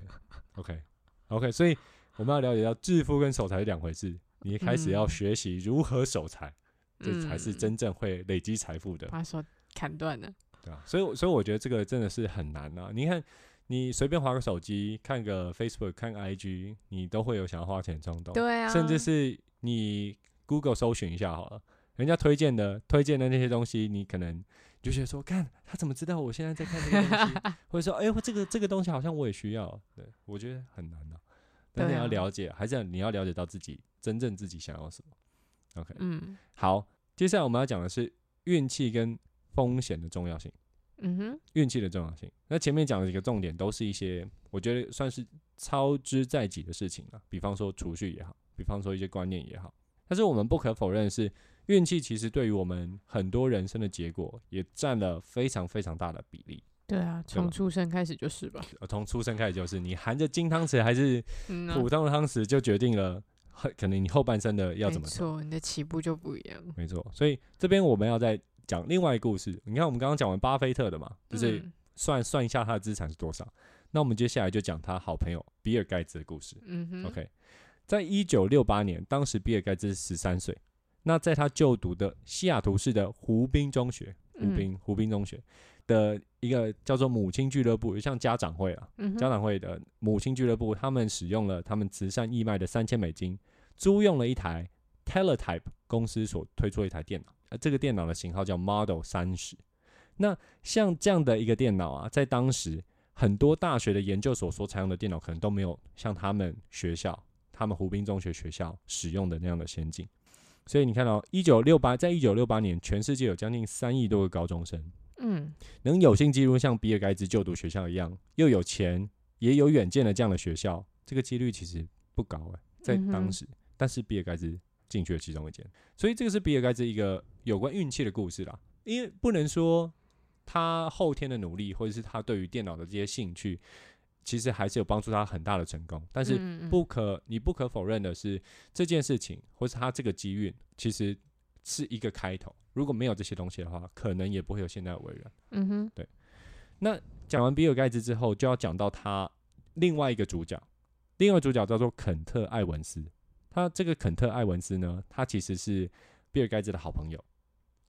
[SPEAKER 1] OK，OK，、所以我们要了解到致富跟守财是两回事。你一开始要
[SPEAKER 2] 嗯
[SPEAKER 1] 学习如何守财，这才是
[SPEAKER 2] 嗯
[SPEAKER 1] 真正会累积财富的
[SPEAKER 2] 把手砍断了。
[SPEAKER 1] 对啊，所以我所以我觉得这个真的是很难啊。你看，你随便划个手机，看个 Facebook，看个 IG，你都会有想要花钱的冲动。、
[SPEAKER 2] 对啊，
[SPEAKER 1] 甚至是你 Google 搜寻一下好了，人家推荐的推荐的那些东西，你可能你就觉得说，看他怎么知道我现在在看这个东 西，或者说，哎、我这个这个东西好像我也需要。对，我觉得很难啊。但是
[SPEAKER 2] 对
[SPEAKER 1] 你要
[SPEAKER 2] 啊
[SPEAKER 1] 了解，还是要你要了解到自己真正自己想要什么。OK，、
[SPEAKER 2] 嗯
[SPEAKER 1] 好，接下来我们要讲的是运气跟风险的重要性。
[SPEAKER 2] 嗯哼，
[SPEAKER 1] 运气的重要性。那前面讲的几个重点都是一些我觉得算是超之在己的事情了，比方说储蓄也好，比方说一些观念也好。但是我们不可否认的是，运气其实对于我们很多人生的结果也占了非常非常大的比例。
[SPEAKER 2] 对啊，
[SPEAKER 1] 吧
[SPEAKER 2] 从出生开始就是吧。
[SPEAKER 1] 呃从出生开始就是你含着金汤匙还是
[SPEAKER 2] 嗯、啊，
[SPEAKER 1] 普通的汤匙，就决定了很可能你后半生的要
[SPEAKER 2] 没
[SPEAKER 1] 怎么嗯走。
[SPEAKER 2] 错，你的起步就不一样。
[SPEAKER 1] 没错，所以这边我们要再讲另外一个故事。你看，我们刚刚讲完巴菲特的嘛，就是
[SPEAKER 2] 嗯
[SPEAKER 1] 算算一下他的资产是多少。那我们接下来就讲他好朋友比尔盖茨的故事。
[SPEAKER 2] 嗯哼
[SPEAKER 1] OK，在一九六八年，当时比尔盖茨十三岁。那在他就读的西雅图市的湖滨中学，湖
[SPEAKER 2] 嗯
[SPEAKER 1] 滨湖滨中学的一个叫做母亲俱乐部，就像家长会啊，
[SPEAKER 2] 嗯
[SPEAKER 1] 家
[SPEAKER 2] 哼，
[SPEAKER 1] 长会的母亲俱乐部，他们使用了他们慈善义卖的三千美金，租用了一台 Teletype 公司所推出的一台电脑，呃，这个电脑的型号叫 Model 三十。那像这样的一个电脑啊，在当时很多大学的研究所所采用的电脑，可能都没有像他们学校、他们湖滨中学学校使用的那样的先进。所以你看到一九六八，在一九六八年，全世界有将近三亿多个高中生，
[SPEAKER 2] 嗯，
[SPEAKER 1] 能有幸进入像比尔盖茨就读学校一样，又有钱也有远见的这样的学校，这个几率其实不高哎、在
[SPEAKER 2] 嗯哼
[SPEAKER 1] 当时。但是比尔盖茨进去了其中一间，所以这个是比尔盖茨一个有关运气的故事啦。因为不能说他后天的努力，或者是他对于电脑的这些兴趣，其实还是有帮助他很大的成功。但是
[SPEAKER 2] 嗯，
[SPEAKER 1] 不可你不可否认的是，这件事情或是他这个机运，其实是一个开头。如果没有这些东西的话，可能也不会有现在的微软。
[SPEAKER 2] 嗯嗯哼，
[SPEAKER 1] 讲完比尔盖茨之后，就要讲到他另外一个主角，另外一个主角叫做肯特·艾文斯。他这个肯特·艾文斯呢，他其实是比尔盖茨的好朋友，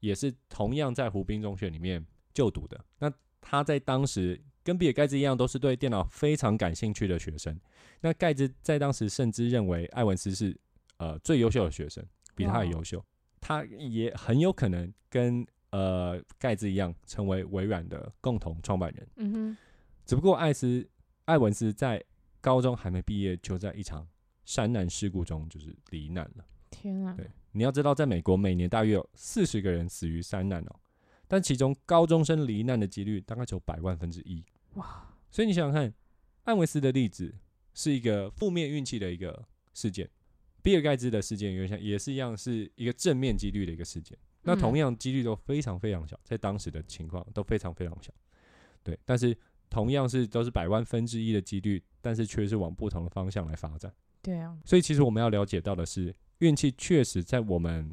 [SPEAKER 1] 也是同样在湖滨中学里面就读的。那他在当时跟比尔盖茨一样，都是对电脑非常感兴趣的学生。那盖茨在当时甚至认为艾文斯是呃最优秀的学生，比他还
[SPEAKER 2] 哇
[SPEAKER 1] 优秀。他也很有可能跟呃盖茨一样，成为微软的共同创办人。
[SPEAKER 2] 嗯哼，
[SPEAKER 1] 只不过艾斯艾文斯在高中还没毕业，就在一场山难事故中就是罹难了。
[SPEAKER 2] 天啊，
[SPEAKER 1] 对，你要知道，在美国每年大约有四十个人死于山难哦，但其中高中生罹难的几率大概只有百万分之一。
[SPEAKER 2] 哇，
[SPEAKER 1] 所以你想想看，艾文斯的例子是一个负面运气的一个事件，比尔盖茨的事件有点像，也是一样是一个正面几率的一个事件。那同
[SPEAKER 2] 嗯
[SPEAKER 1] 样几率都非常非常小，在当时的情况都非常非常小。对，但是同样是都是百万分之一的几率，但是却是往不同的方向来发展。
[SPEAKER 2] 对啊，
[SPEAKER 1] 所以其实我们要了解到的是，运气确实在我们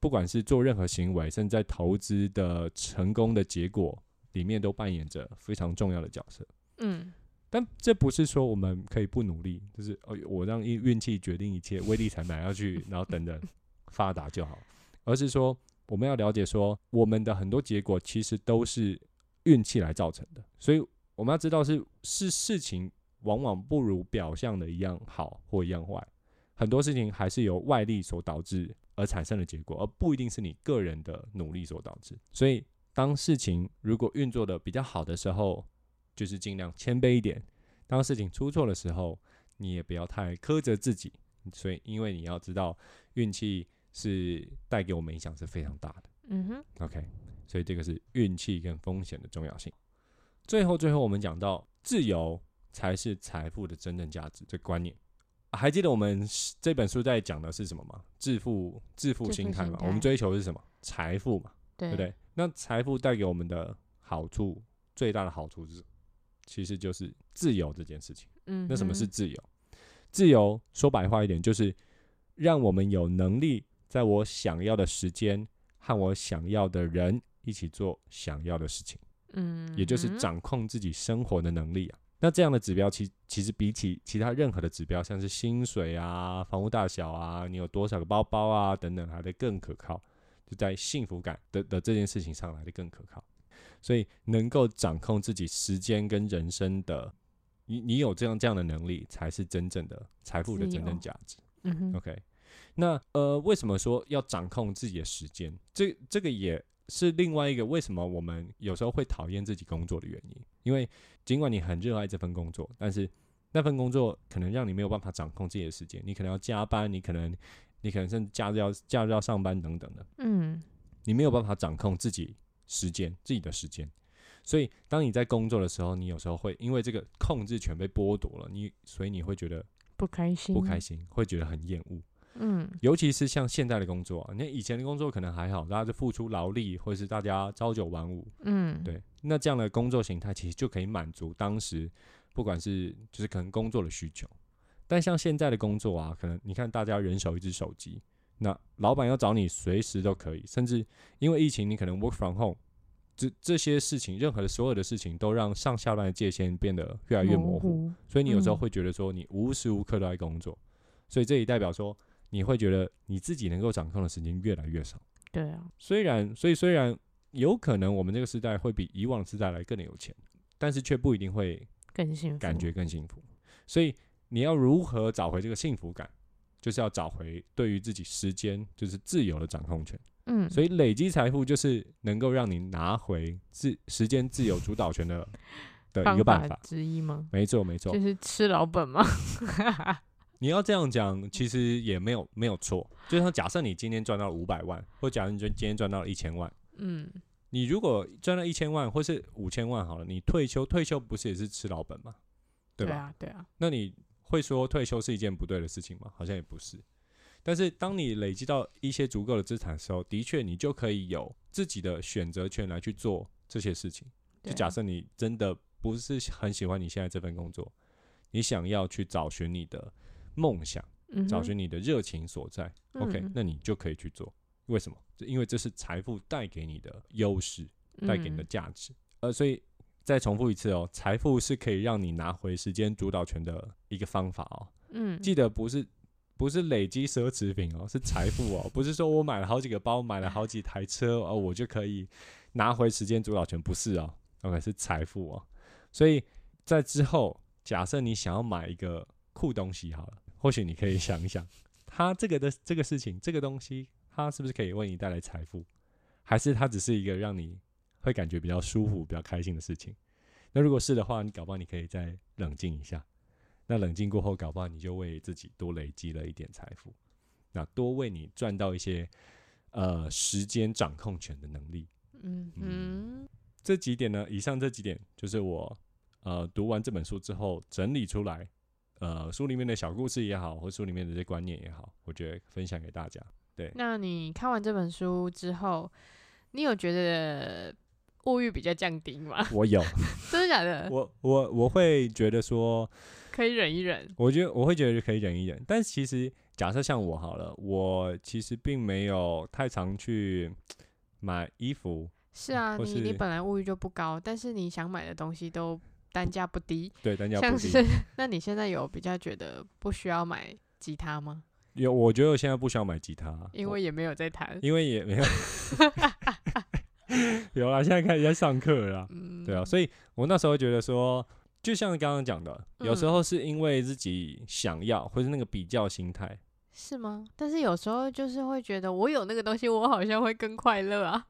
[SPEAKER 1] 不管是做任何行为，甚至在投资的成功的结果里面，都扮演着非常重要的角色。
[SPEAKER 2] 嗯，
[SPEAKER 1] 但这不是说我们可以不努力，就是哦，我让运运气决定一切，威力才买下去，然后等等发达就好，而是说我们要了解说，我们的很多结果其实都是运气来造成的，所以我们要知道是是事情往往不如表象的一样好或一样坏，很多事情还是由外力所导致而产生的结果，而不一定是你个人的努力所导致。所以，当事情如果运作的比较好的时候，就是尽量谦卑一点；当事情出错的时候，你也不要太苛责自己。所以，因为你要知道，运气是带给我们影响是非常大的。
[SPEAKER 2] 嗯哼，
[SPEAKER 1] OK，所以这个是运气跟风险的重要性。最后，最后我们讲到自由才是财富的真正价值这个观念、啊还记得我们是这本书在讲的是什么吗？致富致富
[SPEAKER 2] 致富
[SPEAKER 1] 心态
[SPEAKER 2] 心
[SPEAKER 1] 嘛，
[SPEAKER 2] 态
[SPEAKER 1] 我们追求的是什么？财富嘛，
[SPEAKER 2] 对
[SPEAKER 1] 对不对？那财富带给我们的好处，最大的好处是，其实就是自由这件事情。
[SPEAKER 2] 嗯哼，
[SPEAKER 1] 那什么是自由？自由说白话一点，就是让我们有能力在我想要的时间和我想要的人一起做想要的事情，
[SPEAKER 2] 嗯，
[SPEAKER 1] 也就是
[SPEAKER 2] 嗯
[SPEAKER 1] 掌控自己生活的能力啊。那这样的指标其，其实比起其他任何的指标，像是薪水啊、房屋大小啊、你有多少个包包啊等等，来的更可靠，就在幸福感的的这件事情上来的更可靠。所以，能够掌控自己时间跟人生的，你你有这样这样的能力，才是真正的财富的
[SPEAKER 2] 自
[SPEAKER 1] 真正
[SPEAKER 2] 由
[SPEAKER 1] 价值。
[SPEAKER 2] 嗯哼
[SPEAKER 1] OK，那呃，为什么说要掌控自己的时间？这这个也是另外一个为什么我们有时候会讨厌自己工作的原因。因为尽管你很热爱这份工作，但是那份工作可能让你没有办法掌控自己的时间，你可能要加班，你可能你可能甚至假日要假日要上班等等的。
[SPEAKER 2] 嗯
[SPEAKER 1] 你没有办法掌控自己时间，自己的时间。所以，当你在工作的时候，你有时候会因为这个控制权被剥夺了，你所以你会觉得
[SPEAKER 2] 不开心，
[SPEAKER 1] 不开，心，会觉得很厌恶。
[SPEAKER 2] 嗯
[SPEAKER 1] 尤其是像现在的工作、啊，那以前的工作可能还好，大家就付出劳力，或是大家朝九晚五，
[SPEAKER 2] 嗯，，
[SPEAKER 1] 对。那这样的工作形态其实就可以满足当时不管是就是可能工作的需求。但像现在的工作啊，可能你看大家人手一只手机，那老板要找你随时都可以，甚至因为疫情，你可能 work from home，这这些事情，任何的所有的事情都让上下班的界限变得越来越模糊。
[SPEAKER 2] 糊，
[SPEAKER 1] 所以你有时候
[SPEAKER 2] 嗯
[SPEAKER 1] 会觉得说你无时无刻都在工作，所以这也代表说你会觉得你自己能够掌控的时间越来越少。
[SPEAKER 2] 对啊，
[SPEAKER 1] 虽然，所以虽然有可能我们这个时代会比以往时代来更有钱，但是却不一定会
[SPEAKER 2] 更幸福，
[SPEAKER 1] 感觉更幸福。所以你要如何找回这个幸福感，就是要找回对于自己时间就是自由的掌控权。
[SPEAKER 2] 嗯，
[SPEAKER 1] 所以累积财富就是能够让你拿回自时间自由主导权的的一个办法。
[SPEAKER 2] 之一吗？
[SPEAKER 1] 没错，没错，
[SPEAKER 2] 就是吃老本吗？
[SPEAKER 1] 你要这样讲，其实也没有没有错。就像假设你今天赚到了五百万，或假如你今天赚到了一千万，
[SPEAKER 2] 嗯，
[SPEAKER 1] 你如果赚到一千万或是五千万好了，你退休退休不是也是吃老本吗？对
[SPEAKER 2] 对
[SPEAKER 1] 吧？
[SPEAKER 2] 啊，对啊，
[SPEAKER 1] 那你会说退休是一件不对的事情吗？好像也不是。但是当你累积到一些足够的资产的时候，的确你就可以有自己的选择权来去做这些事情。
[SPEAKER 2] 对
[SPEAKER 1] 就
[SPEAKER 2] 啊
[SPEAKER 1] 假设你真的不是很喜欢你现在这份工作，你想要去找寻你的梦想。
[SPEAKER 2] 嗯
[SPEAKER 1] 找
[SPEAKER 2] 哼
[SPEAKER 1] 寻你的热情所在。OK，
[SPEAKER 2] 嗯
[SPEAKER 1] 那你就可以去做。为什么？这因为这是财富带给你的优势，带给你的
[SPEAKER 2] 嗯
[SPEAKER 1] 价值。呃，所以再重复一次哦，财富是可以让你拿回时间主导权的一个方法哦。
[SPEAKER 2] 嗯，
[SPEAKER 1] 记得不是不是累积奢侈品哦，是财富哦，不是说我买了好几个包，买了好几台车哦，我就可以拿回时间主导权，不是哦。OK，是财富哦。所以在之后，假设你想要买一个酷东西好了，或许你可以想一想，它这个的这个事情，这个东西，它是不是可以为你带来财富，还是它只是一个让你会感觉比较舒服、比较开心的事情？那如果是的话，你搞不好你可以再冷静一下。那冷静过后，搞不好你就为自己多累积了一点财富，那多为你赚到一些呃时间掌控权的能力。
[SPEAKER 2] 嗯嗯
[SPEAKER 1] 这几点呢，以上这几点就是我呃读完这本书之后整理出来，呃书里面的小故事也好，或书里面的这些观念也好，我觉得分享给大家。
[SPEAKER 2] 那你看完这本书之后，你有觉得物欲比较降低吗？
[SPEAKER 1] 我有，
[SPEAKER 2] 真的假的？
[SPEAKER 1] 我我我会觉得说，
[SPEAKER 2] 可以忍一忍。
[SPEAKER 1] 我觉得我会觉得可以忍一忍，但其实假设像我好了，我其实并没有太常去买衣服，
[SPEAKER 2] 是啊，
[SPEAKER 1] 或
[SPEAKER 2] 你你
[SPEAKER 1] 是
[SPEAKER 2] 本来物欲就不高，但是你想买的东西都单价不低，
[SPEAKER 1] 对，单价不
[SPEAKER 2] 像
[SPEAKER 1] 低
[SPEAKER 2] 是。 那你现在有比较觉得不需要买吉他吗？
[SPEAKER 1] 有，我觉得我现在不需要买吉他，
[SPEAKER 2] 因为也没有在弹。
[SPEAKER 1] 因为也没有， 有啦，现在开始在上课了啦。
[SPEAKER 2] 嗯，
[SPEAKER 1] 对啊，所以我那时候觉得说，就像刚刚讲的，有时
[SPEAKER 2] 嗯
[SPEAKER 1] 候是因为自己想要，或是那个比较心态，
[SPEAKER 2] 是吗？但是有时候就是会觉得，我有那个东西，我好像会更快乐啊。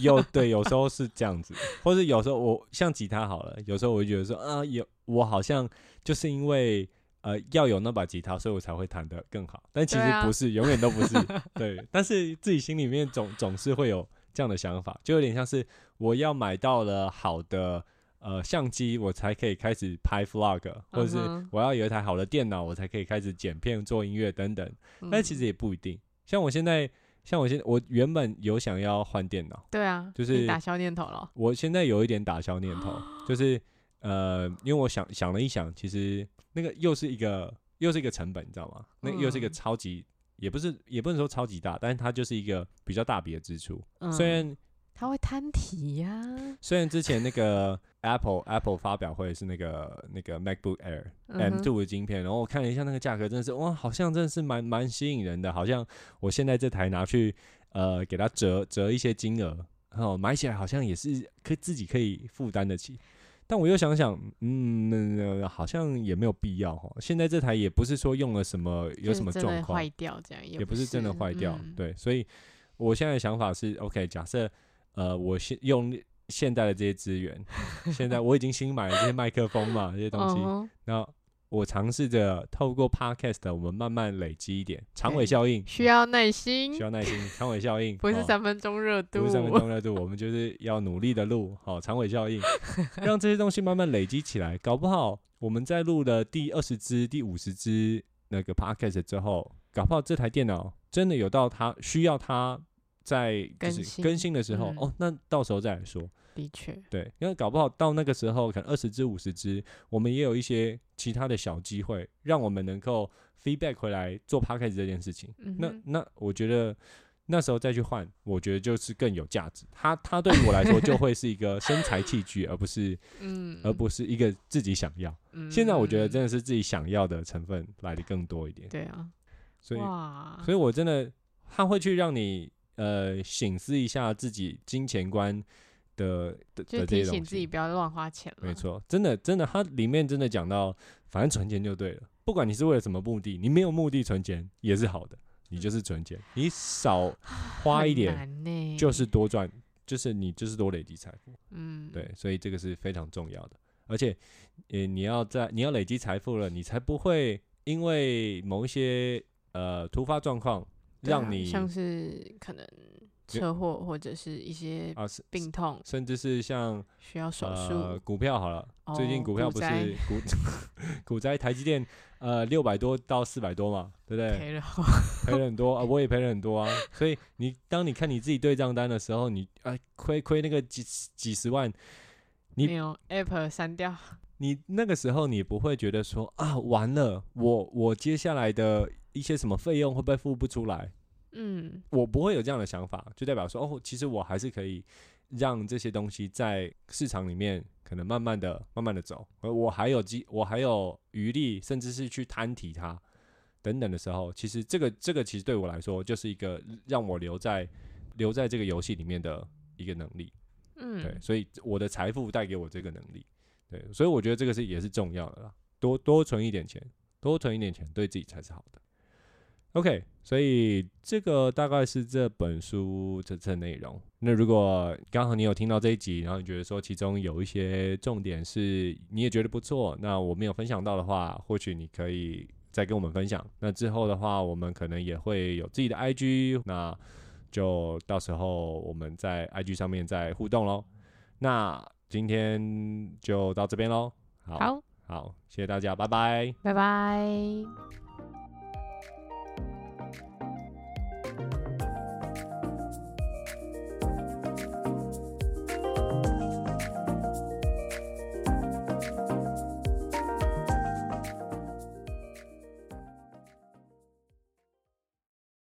[SPEAKER 1] 有对，有时候是这样子，或者有时候我像吉他好了，有时候我就觉得说啊，有我好像就是因为呃要有那把吉他，所以我才会弹得更好。但其实
[SPEAKER 2] 对啊
[SPEAKER 1] 不是，永远都 不是。对，但是自己心里面总总是会有这样的想法，就有点像是我要买到了好的呃相机，我才可以开始拍 vlog，或者是
[SPEAKER 2] 嗯哼
[SPEAKER 1] 我要有一台好的电脑，我才可以开始剪片、做音乐等等。但其
[SPEAKER 2] 嗯
[SPEAKER 1] 实也不一定，像我现在。像我现我原本有想要换电脑，
[SPEAKER 2] 对啊，
[SPEAKER 1] 就
[SPEAKER 2] 你
[SPEAKER 1] 是
[SPEAKER 2] 打消念头了。
[SPEAKER 1] 我现在有一点打消念头， 就是呃，因为我想想了一想，其实那个又是一个又是一个成本，你知道吗？那又是一个
[SPEAKER 2] 嗯
[SPEAKER 1] 超级，也不是也不能说超级大，但是它就是一个比较大笔的支出。
[SPEAKER 2] 嗯，
[SPEAKER 1] 虽然嗯
[SPEAKER 2] 他会摊题呀、
[SPEAKER 1] 虽然之前那个 Apple Apple 发表会是那个那个 MacBook Air
[SPEAKER 2] 嗯
[SPEAKER 1] M
[SPEAKER 2] 哼
[SPEAKER 1] Two 的晶片，然后我看了一下那个价格，真的是哇，好像真的是蛮蛮吸引人的，好像我现在这台拿去呃给它折折一些金额，哦，买起来好像也是可以自己可以负担得起。但我又想想，嗯，呃好像也没有必要哈。现在这台也不是说用了什么有
[SPEAKER 2] 就是
[SPEAKER 1] 什么
[SPEAKER 2] 真的
[SPEAKER 1] 状况，
[SPEAKER 2] 坏掉这样，也
[SPEAKER 1] 也不是真的坏掉。
[SPEAKER 2] 嗯、
[SPEAKER 1] 对，所以我现在的想法是，OK，假设呃，我现用现代的这些资 源，现在我已经新买了这些麦克风嘛，这些东西，
[SPEAKER 2] 嗯哼
[SPEAKER 1] 那我尝试着透过 Podcast，我们慢慢累积一点长尾
[SPEAKER 2] 对
[SPEAKER 1] 效应，哦
[SPEAKER 2] 需要耐心
[SPEAKER 1] 需，要 耐心，长尾效应
[SPEAKER 2] 不是
[SPEAKER 1] 哦
[SPEAKER 2] 三分钟热度，
[SPEAKER 1] 不是三分钟热度，我们就是要努力的录好长尾 效应，让这些东西慢慢累积起来。搞不好我们在录了第二十支、第五十支那个 podcast 之后，搞不好这台电脑真的有到它需要它在就
[SPEAKER 2] 更
[SPEAKER 1] 是
[SPEAKER 2] 新
[SPEAKER 1] 更新的时候，
[SPEAKER 2] 嗯
[SPEAKER 1] 哦，那到时候再来说。
[SPEAKER 2] 的确，
[SPEAKER 1] 对，因为搞不好到那个时候，可能二十支、五十支，我们也有一些其他的小机会，让我们能够 feedback 回来做 podcast 这件事情。
[SPEAKER 2] 嗯
[SPEAKER 1] 那
[SPEAKER 2] 哼
[SPEAKER 1] 那我觉得那时候再去换，我觉得就是更有价值。它它对于我来说就会是一个身材器具，而不是
[SPEAKER 2] 嗯，
[SPEAKER 1] 而不是一个自己想要。
[SPEAKER 2] 嗯，
[SPEAKER 1] 现在我觉得真
[SPEAKER 2] 的
[SPEAKER 1] 的是自己想要的成分来的更多一点，
[SPEAKER 2] 对啊，
[SPEAKER 1] 所以
[SPEAKER 2] 哇，
[SPEAKER 1] 所以我真的它会去让你呃醒思一下自己金钱观的的
[SPEAKER 2] 就是
[SPEAKER 1] 的这
[SPEAKER 2] 提
[SPEAKER 1] 些东
[SPEAKER 2] 醒自己
[SPEAKER 1] 西。
[SPEAKER 2] 不要乱花钱了，
[SPEAKER 1] 没，错，真的真的，它里面真的讲到，反正存钱就对了，不管你是为了什么目的，你没有目的存钱也是好的，你就是存钱，你少花一点
[SPEAKER 2] 呢，
[SPEAKER 1] 就是多赚，就是你就是多累积财富，
[SPEAKER 2] 嗯，
[SPEAKER 1] 对，所以这个是非常重要的。而且，呃，你要在你要累积财富了，你才不会因为某一些呃突发状况
[SPEAKER 2] 对啊，
[SPEAKER 1] 让你
[SPEAKER 2] 像是可能
[SPEAKER 1] 有
[SPEAKER 2] 车祸或者是一些
[SPEAKER 1] 啊，是
[SPEAKER 2] 病痛
[SPEAKER 1] 甚至是像
[SPEAKER 2] 需要手
[SPEAKER 1] 呃
[SPEAKER 2] 术，
[SPEAKER 1] 股票好了，最近
[SPEAKER 2] 哦
[SPEAKER 1] 股票
[SPEAKER 2] 股
[SPEAKER 1] 不
[SPEAKER 2] 灾
[SPEAKER 1] 是股 股灾，台积电呃六百多到四百多嘛，对不呃对？
[SPEAKER 2] 赔了，
[SPEAKER 1] 赔了很 多啊，我也赔了很多啊。所以你当你看你自己对账单的时候，你啊亏亏那个几几十万，你
[SPEAKER 2] 没有 app 删掉，
[SPEAKER 1] 你那个时候你不会觉得说啊完了，我我接下来的一些什么费用会不会付不出来？
[SPEAKER 2] 嗯，
[SPEAKER 1] 我不会有这样的想法，就代表说哦，其实我还是可以让这些东西在市场里面可能慢慢的、慢慢的走，而我还有机，我还有余力，甚至是去摊提它等等的时候，其实这个这个其实对我来说就是一个让我留在留在这个游戏里面的一个能力。对，
[SPEAKER 2] 嗯，
[SPEAKER 1] 所以我的财富带给我这个能力，对，所以我觉得这个是也是重要的啦，多多存一点钱，多存一点钱对自己才是好的。OK，所以这个大概是这本书这次的内容。那如果刚好你有听到这一集，然后你觉得说其中有一些重点是你也觉得不错，那我没有分享到的话，或许你可以再跟我们分享。那之后的话，我们可能也会有自己的 IG，那就到时候我们在 IG 上面再互动喽。那今天就到这边喽。好，
[SPEAKER 2] 好，
[SPEAKER 1] 好，谢谢大家，拜拜。
[SPEAKER 2] 拜拜。